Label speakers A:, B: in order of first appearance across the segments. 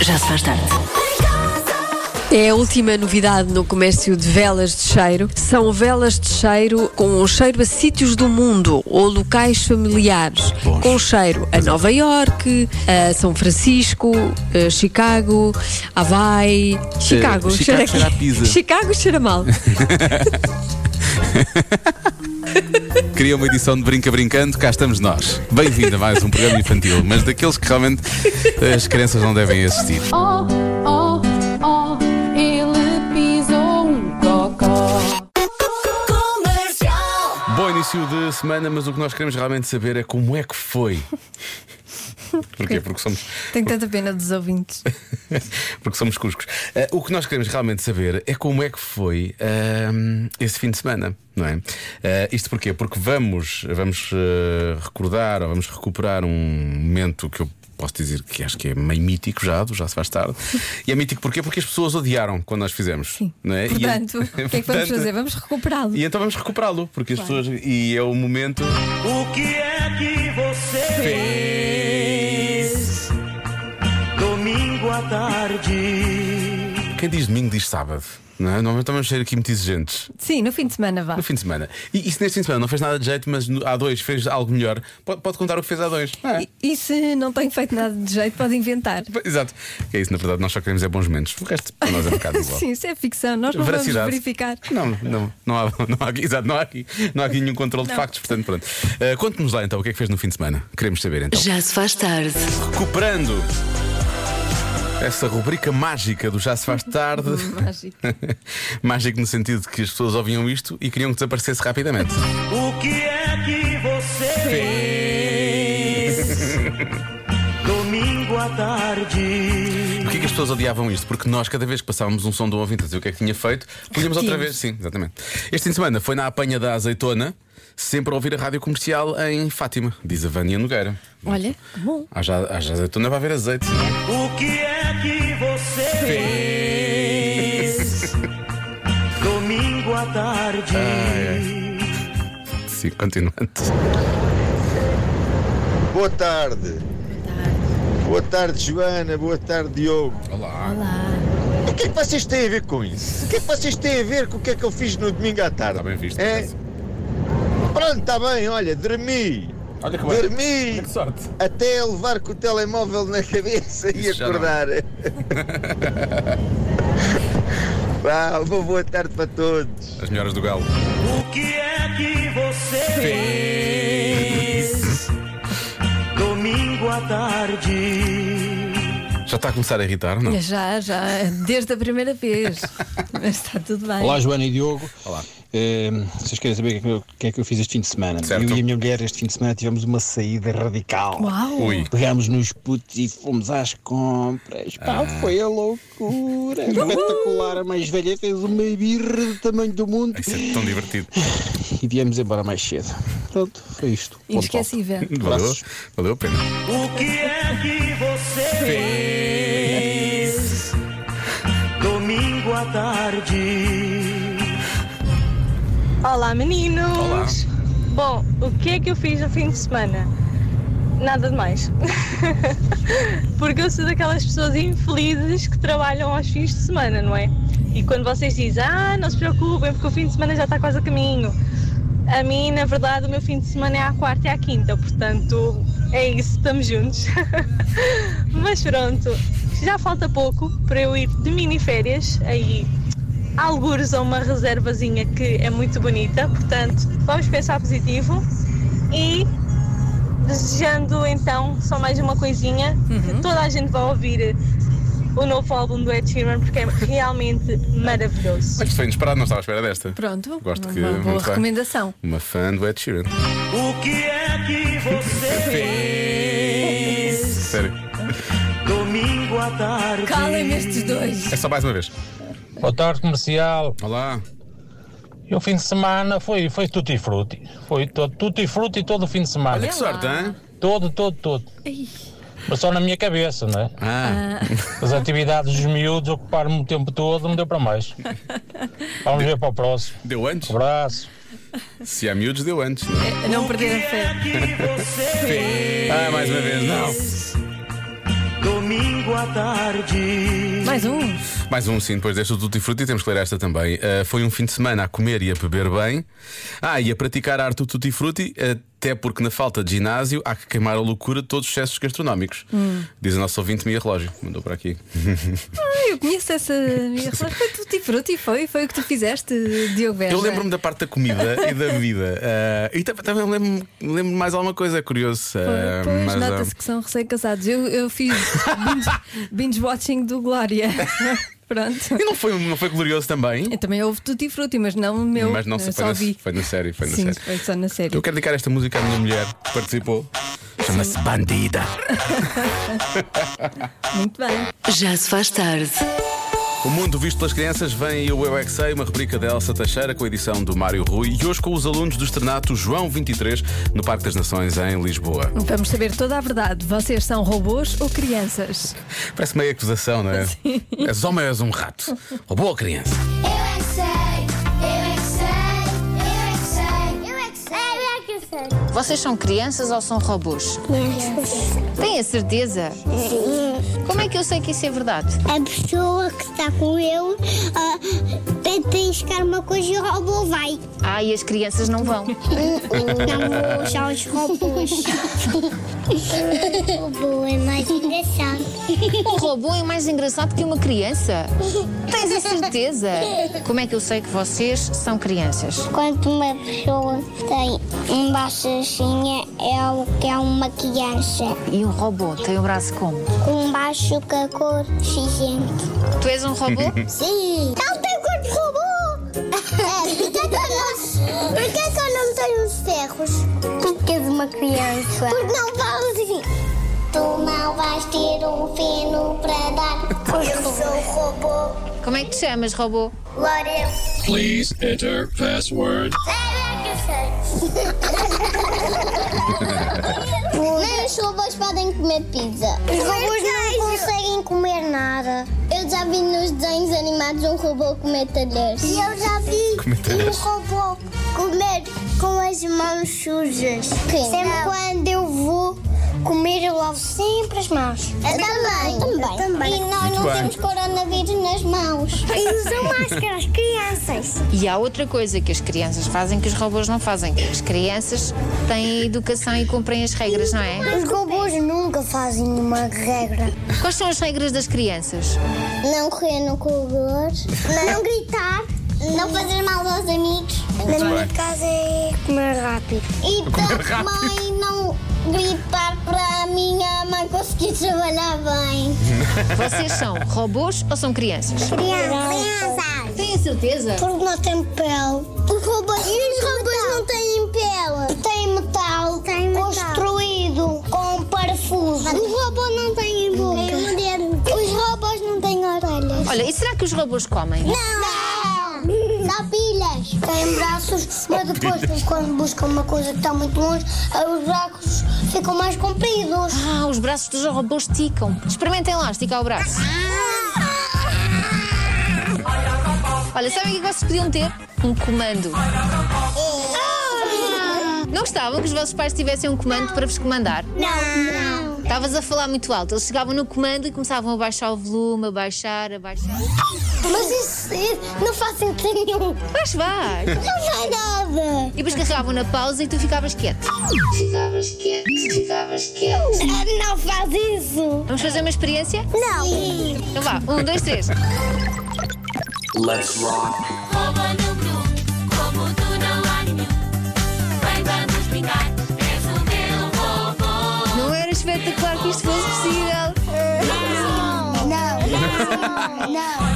A: Já se faz tarde.
B: É a última novidade no comércio de velas de cheiro. São velas de cheiro com um cheiro a sítios do mundo ou locais familiares.
C: Bons.
B: Com cheiro a Nova York, a São Francisco, a Chicago, Hawaii. Chicago,
C: Eh, Chicago
B: a
C: cheira a
B: quê?
C: pizza.
B: Chicago cheira mal.
C: Cria uma edição de Brinca Brincando, cá estamos nós. Bem-vindo a mais um programa infantil, mas daqueles que realmente eh, as crianças não devem assistir.
D: Oh, oh, oh, ele pisou um cocó.
C: Bom início de semana, mas o que nós queremos realmente saber é como é que foi. Porquê? Porque somos,
E: Tenho tanta pena dos ouvintes.
C: porque somos cuscos. Ah, o que nós queremos realmente saber é como é que foi ahm, esse fim de semana, não é? Ah, isto porquê? Porque vamos, vamos ah, recordar ou vamos recuperar um momento que eu posso dizer que acho que é meio mítico já, do já se faz tarde. E é mítico porquê? Porque as pessoas odiaram quando nós fizemos. Sim. Não é? E-
E: Portanto, o que é que vamos
C: Portanto,
E: fazer? Vamos recuperá-lo.
C: E então vamos recuperá-lo, porque as pessoas. E é o momento.
F: O que é que você fez? Domingo à tarde.
C: Quem diz domingo diz sábado. Não é? Normalmente também vamos ser aqui muito exigentes.
E: Sim, no fim de semana vá.
C: No fim de semana. E, e se neste fim de semana não fez nada de jeito, mas no A2 fez algo melhor, pode, pode contar o que fez A2. não é?
E: E, e se não tem feito nada de jeito, pode inventar.
C: Exato. É isso, na verdade, nós só queremos é bons momentos. O resto para nós é um bocado igual.
E: Sim, isso é ficção, nós não vamos verificar.
C: Não, não, não há, não há aqui, exato, não há aqui, não há aqui nenhum controle de factos, portanto, pronto. Eh, Conte-nos lá então o que é que fez no fim de semana. Queremos saber então.
A: Já se faz tarde.
C: Recuperando essa rubrica mágica do Já se faz tarde.
E: Mágico.
C: Mágico no sentido de que as pessoas ouviam isto e queriam que desaparecesse rapidamente.
F: O que é que você
E: É.
F: fez? Domingo à tarde.
C: Porquê que as pessoas odiavam isto? Porque nós, cada vez que passávamos um som do ouvinte a dizer o que é que tinha feito, punhamos outra vez. Sim, exatamente. Este fim de semana foi na apanha da azeitona, sempre a ouvir a rádio comercial em Fátima, diz a Vânia Nogueira.
E: Olha, que bom.
C: Haja, haja azeitona, vai haver azeite.
F: O que é que você fez? Domingo à tarde.
C: Sim, continuando.
G: Boa tarde. Boa tarde, Joana. Boa tarde, Diogo.
C: Olá.
G: O que é que vocês têm a ver com isso? O que é que vocês têm a ver com o que é que eu fiz no domingo à tarde?
C: Está bem visto.
G: É? Pronto, está bem, olha, dormi.
C: Olha que bem.
G: Dormi
C: Que sorte.
G: até levar com o telemóvel na cabeça e
C: Isso já não.
G: acordar. Vá, uma boa tarde para todos.
C: As melhoras do galo.
F: O que é que você fez? Domingo à tarde.
C: Já está a começar a irritar, ou não?
E: Já, já, desde a primeira vez. Mas está tudo bem.
H: Olá, Joana e Diogo.
C: Olá.
H: Eh, vocês querem saber o que é que eu- o que é que eu fiz este fim de semana?
C: Certo.
H: Eu e a minha mulher, este fim de semana, tivemos uma saída radical.
E: Uau!
C: Ui.
H: Pegámos nos putos e fomos às compras. Pá,
C: Ah.
H: foi a loucura! Espetacular! A mais velha fez uma birra do tamanho do mundo
C: Isso é tão divertido.
H: e viemos embora mais cedo. Pronto, foi isto. Ponto
E: Inesquecível.
C: Valeu,
H: Abraços.
C: valeu a pena.
F: O que é que você fez? Domingo à tarde.
I: Olá meninos!
C: Olá.
I: Bom, o que é que eu fiz no fim de semana? Nada demais. Porque eu sou daquelas pessoas infelizes que trabalham aos fins de semana, não é? E quando vocês dizem, ah, não se preocupem, porque o fim de semana já está quase a caminho. A mim, na verdade, o meu fim de semana é à quarta e à quinta, portanto, é isso, estamos juntos. Mas pronto, já falta pouco para eu ir de mini férias aí algures a uma reservazinha que é muito bonita, portanto, vamos pensar positivo e desejando então só mais uma coisinha, que toda a gente vai ouvir o novo álbum do Ed Sheeran porque é realmente maravilhoso.
C: Olha, Isto foi inesperado, não estava à espera desta.
E: Pronto,
C: Gosto
E: uma
C: que-
E: boa
C: muito bem.
E: recomendação.
C: Uma fã do Ed Sheeran.
F: O que é que você fez?
C: Sério.
F: Domingo à tarde.
E: Calem-me estes dois.
C: É só mais uma vez.
J: Boa tarde, comercial.
C: Olá.
J: E o fim de semana foi, foi tutti frutti. Foi todo, tutti frutti todo o fim de semana.
C: Que sorte, hein?
J: Todo, todo, todo. Mas só na minha cabeça, não é?
C: Ah,
J: As atividades dos miúdos ocuparam-me o tempo todo, não deu para mais. Vamos ver para o próximo. Um
C: deu antes?
J: Abraço.
C: Se há miúdos, deu antes. não é?
E: A não perder a fé.
F: O que é que você fez?
C: Ah, mais uma vez, não.
F: domingo à tarde.
E: Mais um.
C: Mais um, sim, depois desta do Tutti Frutti, temos que ler esta também. Ah, foi um fim de semana a comer e a beber bem. Ah, e a praticar a arte do Tutti Frutti, até porque na falta de ginásio há que queimar a loucura de todos os excessos gastronómicos. Diz a nossa ouvinte Mia Relógio, mandou para aqui.
E: Ah, eu conheço essa. minha relação. Foi tutti frutti, foi, foi o que tu fizeste, Diogo Beja.
C: Eu lembro-me da parte da comida e da bebida. Ah, e tam- também lembro-me lembro mais alguma coisa, é curioso. Ah,
E: Pois,
C: mas, ah,
E: nota-se que são recém-casados. Eu, eu fiz binge- binge-watching do Glória. Pronto.
C: E não foi, não foi glorioso também?
E: Eu também houve tutti frutti, mas não o meu.
C: mas não
E: eu
C: se foi,
E: só
C: na,
E: vi.
C: foi na série, foi na
E: Sim,
C: série.
E: foi só na série.
C: Eu quero dedicar esta música à minha mulher que participou. Chama-se Bandida.
E: Muito bem.
A: Já se faz tarde.
C: O mundo visto pelas crianças vem aí o Eu É Que Sei, uma rubrica da Elsa Teixeira com a edição do Mário Rui e hoje com os alunos do externato João 23 no Parque das Nações em Lisboa.
E: Vamos saber toda a verdade. Vocês são robôs ou crianças?
C: Parece meio acusação, não é? És homem ou és um rato? Ou boa criança.
K: Eu é que sei, eu é que sei, eu é que sei, eu é que sei, eu é que sei.
L: Vocês são crianças ou são robôs? Têm a certeza? Como é que eu sei que isso é verdade?
K: A pessoa que está com ele ah, pede para enxergar uma coisa e o robô vai.
L: Ah, e as crianças não vão.
K: Não vou usar os robôs. o robô é mais engraçado.
L: Um robô é mais engraçado que uma criança. Tens a
K: assim,
L: certeza? Como é que eu sei que vocês são crianças?
K: Quando uma pessoa tem um braço assim, é o que é uma criança.
L: E um robô tem o braço como?
K: Com um baixo com a cor cinzenta.
L: Tu és um robô?
K: Sim! Não tem corpo de robô! Porquê que eu não, porquê que eu não tenho os ferros? Porque és uma criança. Porque não falas assim. Tu não vais ter um fino para dar. Porque eu sou um robô.
L: Como é que te chamas, robô?
K: Glória.
M: Please enter password.
K: Nem os robôs podem comer pizza. Os robôs não conseguem comer nada. Eu já vi nos desenhos animados um robô comer talheres. E eu já
C: Comer
K: vi um
C: talheres.
K: robô comer com as mãos sujas. Sempre quando eu vou comer, eu lavo sempre as mãos. Eu também. E nós
C: Muito
K: não
C: bem.
K: temos coronavírus nas mãos. E usam máscaras, crianças.
L: E há outra coisa que as crianças fazem que os robôs não fazem. As crianças têm educação e cumprem as regras, não é?
K: Os robôs nunca fazem uma regra.
L: Quais são as regras das crianças?
K: Não correr no corredor. Não gritar. Não fazer mal aos amigos.
C: Muito bem.
K: casa é comer rápido. E
C: Comer
K: também não gritar para a minha mãe conseguir trabalhar bem.
L: Vocês são robôs ou são crianças?
K: Crianças.
L: Têm a certeza?
K: Porque não tem pele. Os robôs, e os robôs não têm pele. Tem metal, construído com parafuso. Os robôs não têm boca. Os robôs não têm orelhas.
L: Olha, e será que os robôs comem?
K: Não! Dá pilhas! Tem braços, mas depois, quando buscam uma coisa que está muito longe, os braços ficam mais compridos.
L: Ah, os braços dos robôs esticam. Experimentem lá, esticar o braço. Olha, sabem o que é que vocês podiam ter? Um comando. Não gostavam que os vossos pais tivessem um comando para vos comandar?
K: Não!
L: Estavas a falar muito alto. Eles chegavam no comando e começavam a baixar o volume, a baixar, a baixar.
K: Mas isso isso não faz sentido nenhum!
L: Vais, vais.
K: Não vai nada!
L: E depois carregavam na pausa e tu ficavas quieto.
K: Ficavas quieto, ficavas quieto. Ah, Não faz isso!
L: Vamos fazer uma experiência?
K: Não!
L: Então vá, um, dois, três.
M: Let's rock.
D: Rouba no Bruno, um, como tu não há nenhum. Vem, vamos brincar, és o meu robô.
L: Não era espetacular que isto fosse possível.
K: Não! Não! Não!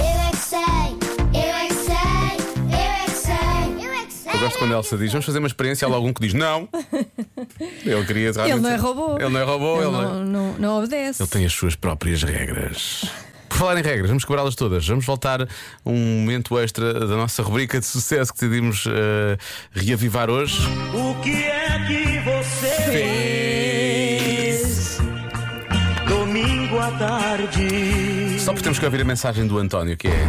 K: Eu é que sei! Eu é que sei! Eu é que sei! Eu é que sei!
C: Eu gosto quando a Elsa diz: vamos fazer uma experiência, há algum que diz não. Ele queria realmente-
E: Ele não é robô.
C: Ele não é robô, ele, não-
E: não, não, não obedece.
C: Ele tem as suas próprias regras. Por falar em regras, vamos quebrá-las todas. Vamos voltar a um momento extra da nossa rubrica de sucesso que decidimos eh, reavivar hoje.
F: O que é que você fez? Domingo à tarde.
C: Só porque temos que ouvir a mensagem do António, que é.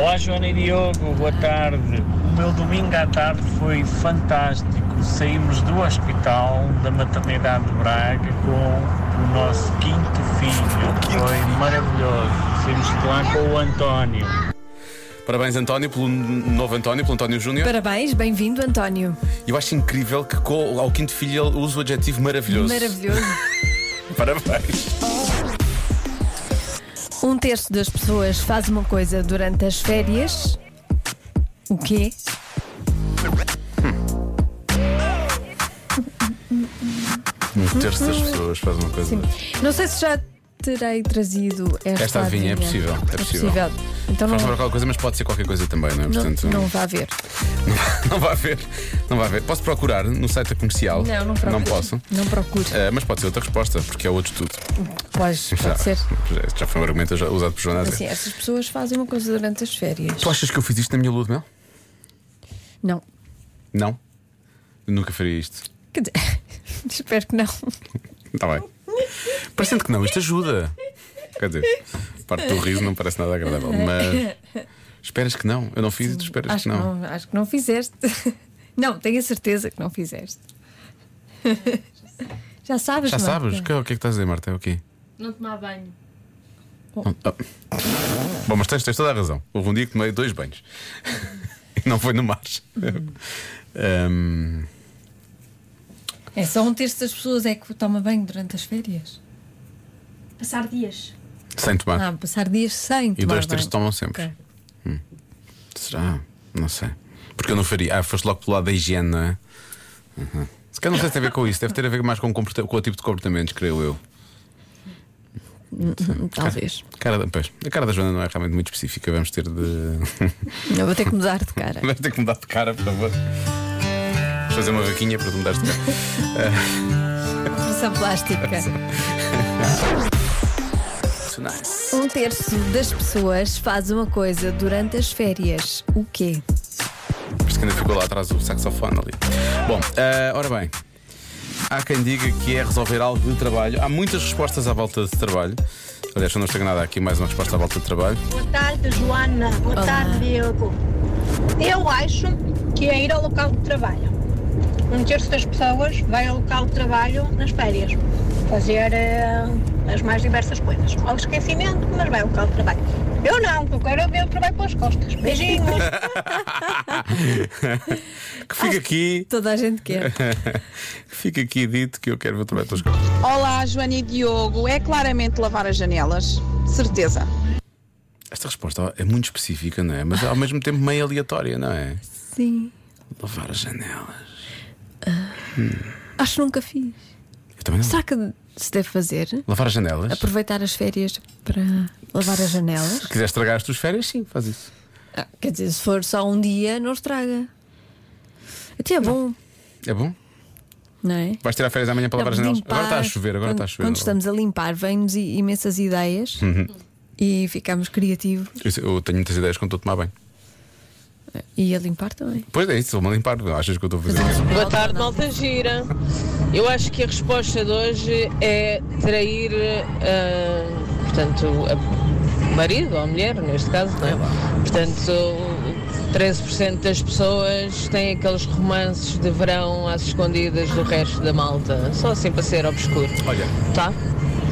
J: Olá, Joana e Diogo, boa tarde. O meu domingo à tarde foi fantástico. Saímos do hospital da maternidade de Braga com O nosso quinto filho foi maravilhoso. Fomos lá com o António.
C: Parabéns, António, pelo novo António, pelo António Júnior.
E: Parabéns, bem-vindo, António.
C: Eu acho incrível que co- ao quinto filho ele usa o adjetivo maravilhoso.
E: Maravilhoso.
C: Parabéns.
E: Um terço das pessoas faz uma coisa durante as férias. O quê?
C: Um terço das pessoas faz uma coisa.
E: Sim. Não sei se já terei trazido esta,
C: Esta adivinha, é possível, é possível.
E: Então não,
C: Faz para qualquer coisa, mas pode ser qualquer coisa também, não é? Portanto,
E: não, não vai haver.
C: não vai haver. Não vai haver. Posso procurar no site da comercial?
E: Não, não procuro.
C: Não posso.
E: Não procuro.
C: Eh, mas pode ser outra resposta, porque é outro estudo.
E: Pois, pode
C: já,
E: ser.
C: já- já foi um argumento já- usado por Joana. a dizer.
E: Assim, essas pessoas fazem uma coisa durante as férias.
C: Tu achas que eu fiz isto na minha lua de mel?
E: Não.
C: Não. Nunca faria isto.
E: Quer dizer, espero que não.
C: Está bem. Parecendo que não, isto ajuda. Quer dizer, a parte do riso não parece nada agradável, mas esperas que não. Eu não fiz e tu esperas
E: acho,
C: que não.
E: acho que não fizeste. Não, tenho a certeza que não fizeste. Já sabes, Marta.
C: Já sabes? O que, o que é que estás a dizer, Marta? O quê? Oh.
A: Não tomar banho.
C: Bom, mas tens, tens toda a razão. Houve um dia que tomei dois banhos. E não foi no mar. Hum,
E: É só um terço das pessoas é que toma banho durante as férias.
A: Passar dias.
C: sem tomar.
E: Ah, passar dias sem
C: e
E: tomar
C: dois terços
E: banho.
C: tomam sempre.
E: Ok.
C: Hum. Será? Não sei. Porque eu não faria. Ah, foste logo pelo lado da higiene, não é? Uhum. Se calhar não sei se tem a ver com isso. Deve ter a ver mais com, comporta- com o tipo de comportamentos, creio eu.
E: Hum, Talvez.
C: Cara, da- pois, a cara da Joana não é realmente muito específica. Vamos ter de.
E: Eu vou ter que mudar de cara.
C: Vamos ter que mudar de cara, por favor. Vamos fazer uma vaquinha para tu mudares de cara. Ah.
E: Pressão plástica.
C: So nice.
E: Um terço das pessoas faz uma coisa durante as férias. O quê?
C: Isto que ainda ficou lá atrás o saxofone ali. Bom, eh, ora bem. Há quem diga que é resolver algo de trabalho. Há muitas respostas à volta de trabalho. Aliás, eu não estou nada aqui, mais uma resposta à volta de trabalho.
N: Boa tarde, Joana. Boa tarde, Diego. Eu acho que é ir ao local de trabalho. Um terço das pessoas vai ao local de trabalho nas férias, fazer eh, as mais diversas coisas. Ao esquecimento, mas vai ao local de trabalho. Eu não, eu quero ver o trabalho pelas costas. Beijinhos.
C: que fica aqui.
E: Toda a gente quer.
C: que fica aqui dito que eu quero ver também as tuas coisas.
O: Olá, Joana e Diogo. É claramente lavar as janelas. Certeza.
C: Esta resposta é muito específica, não é? Mas ao mesmo tempo meio aleatória, não é?
E: Sim.
C: Lavar as janelas.
E: Acho que nunca fiz.
C: Eu também não.
E: Será que se deve fazer?
C: Lavar as janelas?
E: Aproveitar as férias para lavar as janelas?
C: Se quiseres estragar as tuas férias, sim, faz isso.
E: Ah, quer dizer, se for só um dia, não estraga. Até é bom,
C: É bom?
E: não é?
C: Vais tirar férias amanhã para lavar as
E: Não,
C: janelas?
E: limpar.
C: Agora está a chover, agora
E: quando,
C: está a chover. é?
E: Quando estamos a limpar, vêm-nos i- imensas ideias
C: Uhum.
E: e ficamos criativos.
C: Eu tenho muitas ideias quando estou a tomar bem.
E: E a limpar também.
C: Pois é, isso, vou-me limpar. Achas que eu estou a fazer
E: é.
C: isso?
P: Boa tarde, malta gira. Eu acho que a resposta de hoje é trair, ah, portanto, a marido ou a mulher, neste caso, não é? Portanto, 13% das pessoas têm aqueles romances de verão às escondidas do resto da malta, só assim para ser obscuro.
C: Olha.
P: Tá?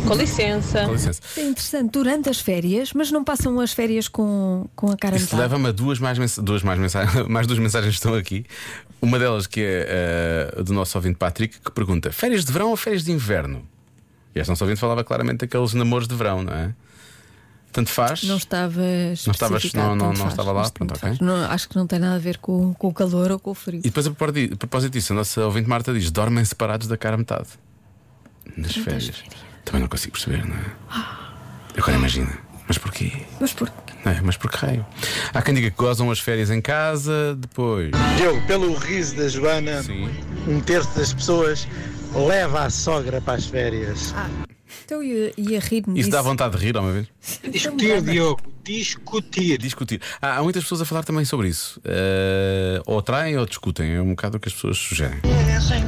P: Com licença.
C: Com licença.
E: É interessante, durante as férias, mas não passam as férias com, com a cara
C: Isto
E: metade.
C: leva-me a duas mais, mens- duas mais mensagens, mais duas mensagens que estão aqui. Uma delas que é eh, do nosso ouvinte Patrick, que pergunta: férias de verão ou férias de inverno? E este nosso ouvinte falava claramente daqueles namoros de verão, não é? Tanto faz.
E: Não estava
C: Não estavas-
E: especificado,
C: não- não-
E: tanto
C: não
E: faz,
C: estava lá,
E: mas
C: pronto,
E: tanto
C: ok.
E: faz. Não, acho que não tem nada a ver com, com o calor ou com o frio.
C: E depois, a propósito a propósito disso, a nossa ouvinte Marta diz: dormem separados da cara a metade. Nas férias. Também não consigo perceber, não é?
E: Ah.
C: Eu agora imagina. Mas porquê?
E: Mas por
C: Não é? Mas por que raio? Há quem diga que gozam as férias em casa, depois.
G: Diogo, pelo riso da Joana, um terço das pessoas leva a sogra para as férias.
E: Então ia, ia rir-me
C: Isso um
E: disso.
C: dá vontade de rir uma vez?
E: Discutir,
C: Diogo. Discutir. Discutir. Há, há muitas pessoas a falar também sobre isso. Eh, ou traem ou discutem. É um bocado o que as pessoas sugerem.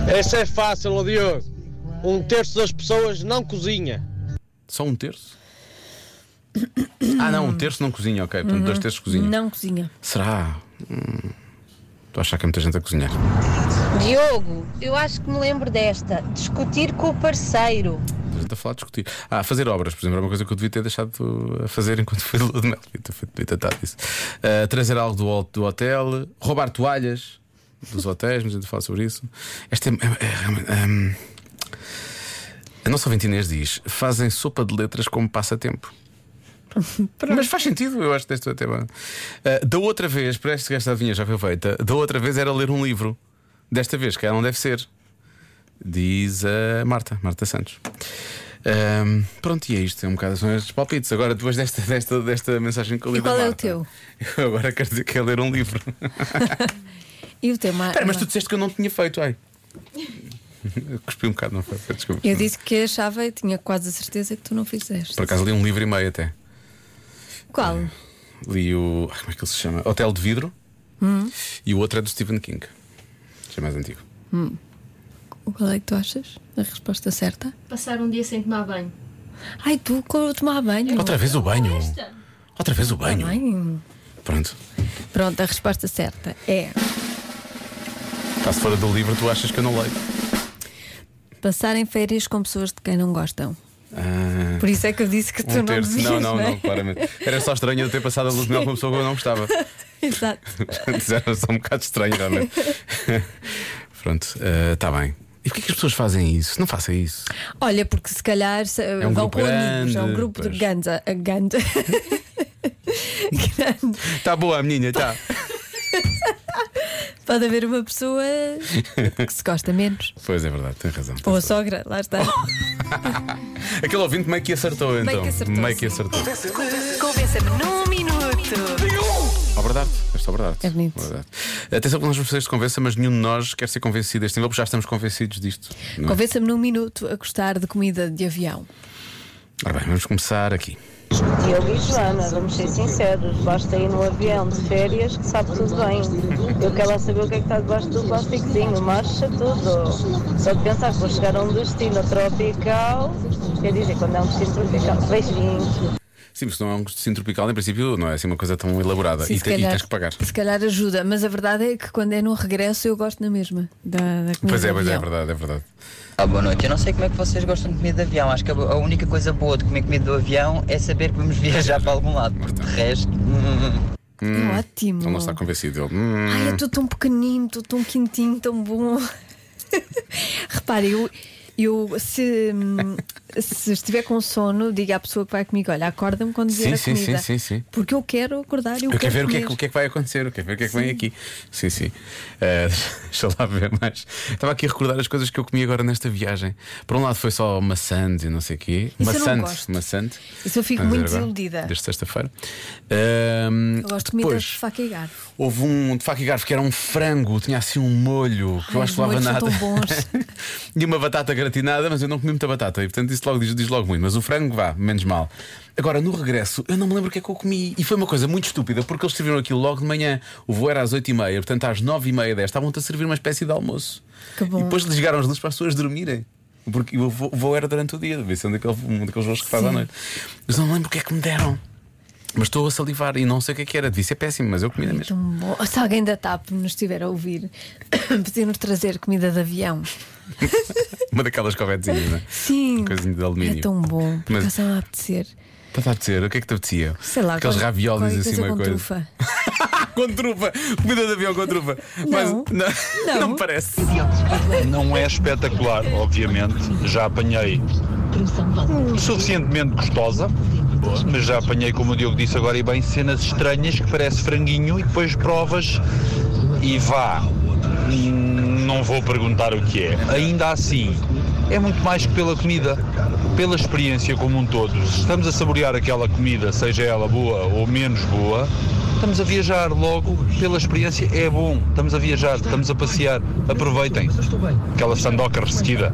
Q: Essa é fácil, ó Diogo. Um terço das pessoas não cozinha.
C: Só um terço? ah, não, um terço não cozinha, ok. Portanto,
E: Uhum.
C: dois terços cozinham.
E: Não cozinha.
C: Será? Hum, Estou a achar que é muita gente a cozinhar.
R: Diogo, eu acho que me lembro desta. Discutir com o parceiro.
C: gente a falar, discutir. Ah, fazer obras, por exemplo, era uma coisa que eu devia ter deixado a fazer enquanto fui de lua de mel. Devia ter feito- devia ter tratado disso. Ah, trazer algo do, hot- do hotel, roubar toalhas dos hotéis, mas a gente fala sobre isso. Esta é. é- é realmente, hum, a nossa ouvinte Inês diz: fazem sopa de letras como passatempo. Mas faz sentido, eu acho, deste tema. Uh, da outra vez, para este esta adivinha já foi feita, da outra vez era ler um livro. Desta vez, que ela não deve ser. Diz a Marta, Marta Santos. Ahm, pronto, e é isto. É um bocado são estes palpites. Agora, depois desta, desta, desta mensagem que eu li
E: E
C: da
E: qual é o
C: Marta,
E: teu?
C: eu agora quero dizer que é ler um livro.
E: E o teu, Ma-
C: Espera, mas
E: Ma-
C: tu disseste que eu não tinha feito, ai. Cuspi um bocado, não foi? Desculpa.
E: Eu disse que achava e tinha quase a certeza que tu não fizeste.
C: Por acaso li um livro e meio até.
E: Qual?
C: Li o. ai, Como é que ele se chama? Hotel de Vidro
E: Hum,
C: e o outro é do Stephen King. Este é mais antigo.
E: hum. Qual é que tu achas? A resposta certa?
S: Passar um dia sem tomar banho.
E: Ai, tu com o tomar banho.
C: Outra vez o banho. Outra vez o banho.
E: Banho.
C: Pronto.
E: Pronto, a resposta certa é
C: Está se fora do livro, tu achas que eu não leio.
E: passar em férias com pessoas de quem não gostam.
C: Ah,
E: Por isso é que eu disse que tu
C: um
E: não
C: terço.
E: devias,
C: Não, não,
E: não é?
C: não, claramente. Era só estranho eu ter passado a luz de mel com uma pessoa que eu não gostava.
E: Exato.
C: Portanto, Era só um bocado estranho, realmente. Pronto, está bem. E porquê que as pessoas fazem isso? Não faça isso.
E: Olha, porque se calhar se- vão
C: um grupo
E: com amigos, é um
C: grande,
E: grupo
C: pois.
E: de ganda. a ganda. grande.
C: Está Tá boa a menina, está.
E: Pode haver uma pessoa que se gosta menos.
C: Pois é verdade, tem razão.
E: Ou a sogra, lá está.
C: Aquele ouvinte meio que acertou, então.
E: que acertou,
C: Meio que acertou.
E: Convença-me num minuto.
C: Ó, verdade, esta é verdade.
E: É bonito.
C: Verdade. Atenção que nós vamos fazer esta conversa, mas nenhum de nós quer ser convencido deste envelope, já estamos convencidos disto. não é?
E: Convença-me num minuto a gostar de comida de avião.
C: Ora bem, vamos começar aqui.
I: Diogo e Joana, vamos ser sinceros, basta ir no avião de férias que sabe tudo bem. Eu quero lá saber o que é que está debaixo do plastiquinho, marcha tudo. Só de pensar que vou chegar a um destino tropical, quer dizer, quando é um destino tropical, beijinhos.
C: Sim, porque se não é um destino tropical, em princípio, não é assim uma coisa tão elaborada.
E: Sim,
C: e,
E: se
C: te- e
E: calhar-
C: tens que pagar.
E: Se calhar ajuda, mas a verdade é que quando é no regresso eu gosto na mesma. Da, da comida
C: Pois é,
E: de
C: pois é, é
E: avião.
C: verdade, é verdade.
T: Ah, boa noite. Eu não sei como é que vocês gostam de comida de avião. Acho que a a única coisa boa de comer comida do avião é saber que vamos viajar para algum lado. Porque de resto. hum,
C: Hum,
E: É Ótimo.
C: Ele não está convencido. Ele, hum.
E: Ai, eu estou tão pequenino, estou tão quentinho, tão bom. Repare, eu, eu se, hum, se estiver com sono, diga à pessoa que vai comigo: olha, acorda-me quando vier
C: Sim,
E: a
C: sim, sim,
E: comida.
C: sim, sim.
E: Porque eu quero acordar, eu,
C: Eu quero ver o que, é, que-
E: comer.
C: o que é que vai acontecer, eu quero ver o que é que vem aqui. Sim, sim. Eh, deixa lá ver mais. Estava aqui a recordar as coisas que eu comi agora nesta viagem. Por um lado foi só maçãs e não sei o quê.
E: Isso eu não
C: maçante,
E: gosto.
C: maçante.
E: Isso eu fico
C: Vamos
E: muito
C: ver agora,
E: desiludida.
C: Desde sexta-feira. Ahm,
E: Eu gosto de comida
C: é depois
E: de faca e garfo.
C: houve um de faca e garfo que era um frango, tinha assim um molho que eu
E: Ai,
C: acho que
E: os
C: lava
E: molhos são
C: nada.
E: tão bons.
C: e uma batata gratinada, mas eu não comi muita batata e portanto isso logo diz, diz logo muito. Mas o frango vá, menos mal. Agora, no regresso, eu não me lembro o que é que eu comi. E foi uma coisa muito estúpida, porque eles serviram aquilo logo de manhã. O voo era às 8h30, portanto às 9h30, 10 estavam-te a servir uma espécie de almoço.
E: Que bom.
C: E depois desligaram as luzes para as pessoas dormirem. Porque o voo, o voo era durante o dia, devia ser um daquele- um daqueles voos que se faz à
E: Sim.
C: noite. Mas não me lembro o que é que me deram. Mas estou a salivar e não sei o que é que era. Devia ser péssimo, mas eu comi na
E: Tão
C: mesma.
E: bom. Se alguém da TAP nos estiver a ouvir, podia-nos trazer comida de avião.
C: Uma daquelas corretezinhas, não é?
E: Sim.
C: Um coisinho de alumínio.
E: É tão bom, por
C: Mas-
E: acaso não há a apetecer.
C: Está a dizer, o que é que te apetecia?
E: Sei lá,
C: Aqueles
E: qual-
C: raviolis
E: qualquer
C: assim,
E: coisa
C: uma
E: com
C: coisa.
E: trufa.
C: com trufa! Comida de avião com trufa!
E: Não.
C: Mas não,
E: Não.
C: me parece.
F: Não é espetacular, obviamente. Já apanhei hum, suficientemente gostosa, mas já apanhei, como o Diogo disse agora, e bem, cenas estranhas que parece franguinho e depois provas e vá. Hum, Não vou perguntar o que é. Ainda assim, é muito mais que pela comida, pela experiência como um todo. Se Estamos a saborear aquela comida, seja ela boa ou menos boa. Estamos a viajar logo pela experiência, é bom. Estamos a viajar, estamos a passear. Aproveitem. Aquela sandoca ressequida.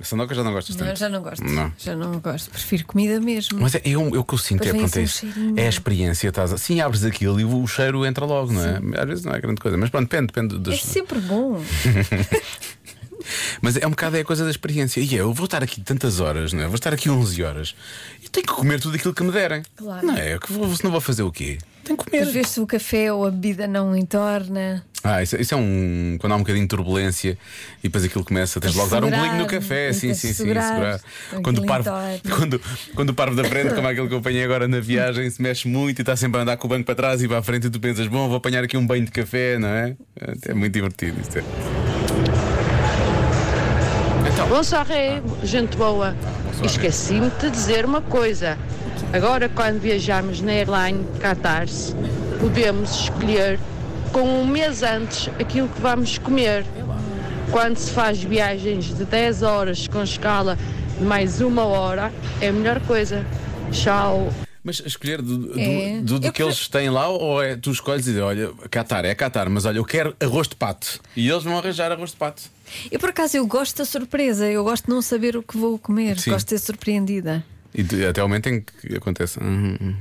C: A sandoca já não gostas
E: Não,
C: tanto.
E: já não gosto.
C: Não.
E: Já não gosto. Prefiro comida mesmo.
C: Mas é, eu, eu o que eu sinto é,
E: Depois vem
C: pronto, é,
E: assim um
C: isso.
E: cheirinho.
C: é a experiência. Estás a- sim, abres aquilo e o cheiro entra logo, não é? Às vezes não é grande coisa, mas pronto, depende, depende
E: É
C: dos.
E: sempre bom.
C: mas é um bocado é a coisa da experiência. E é, eu vou estar aqui tantas horas, não é? Vou estar aqui 11 horas e tenho que comer tudo aquilo que me derem.
E: Claro.
C: Não é? Que vou, senão vou fazer o quê? Tem que comer.
E: Por ver se o café ou a bebida não entorna.
C: Ah, isso, isso é um. Quando há um bocadinho de turbulência e depois aquilo começa, tens logo de dar um
E: Segurar,
C: bolinho no café.
E: tens
C: Sim,
E: de
C: sim, sim.
E: segurar,
C: segurar.
E: tem
C: Quando, o
E: que
C: parvo,
E: lentar.
C: quando, quando o parvo da frente, como aquele que eu apanhei agora na viagem, se mexe muito e está sempre a andar com o banco para trás e para a frente e tu pensas, bom, vou apanhar aqui um banho de café, não é? É muito divertido isto. É.
I: Bonsoir, gente boa. Esqueci-me de dizer uma coisa. Agora, quando viajarmos na airline Catarse, podemos escolher com um mês antes aquilo que vamos comer. Quando se faz viagens de 10 horas com escala de mais uma hora, é a melhor coisa. Tchau.
C: Mas escolher do, do-
I: É.
C: do- do
I: Eu
C: que eles têm lá ou é tu escolhes e dizes, olha, Catar, é Catar, mas olha, eu quero arroz de pato. E eles vão arranjar arroz de pato.
E: Eu por acaso eu gosto da surpresa, eu gosto de não saber o que vou comer,
C: Sim.
E: gosto de ser surpreendida.
C: E tu- até ao momento em que acontece. Hum, hum.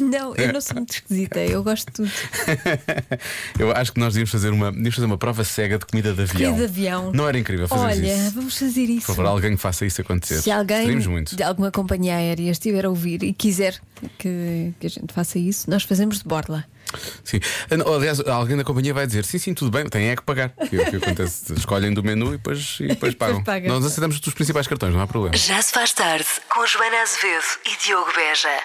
E: não, eu não sou muito esquisita, eu gosto de tudo.
C: Eu acho que nós devíamos fazer uma, devíamos fazer uma prova cega de comida de avião.
E: Comida de avião.
C: Não era incrível fazer
E: Olha,
C: isso.
E: vamos fazer
C: Por
E: isso.
C: favor, alguém que faça isso acontecer.
E: Se alguém
C: Gostaríamos muito.
E: de alguma companhia aérea estiver a ouvir e quiser que, que a gente faça isso, nós fazemos de borla.
C: Sim. Ah, não, Aliás, alguém da companhia vai dizer: sim, sim, tudo bem, tem é que pagar. Que é o que acontece? Escolhem do menu e depois, e depois pagam.
U: pagam.
C: Nós aceitamos os principais cartões, não há problema.
U: Já se faz tarde com Joana Azevedo e Diogo Beja.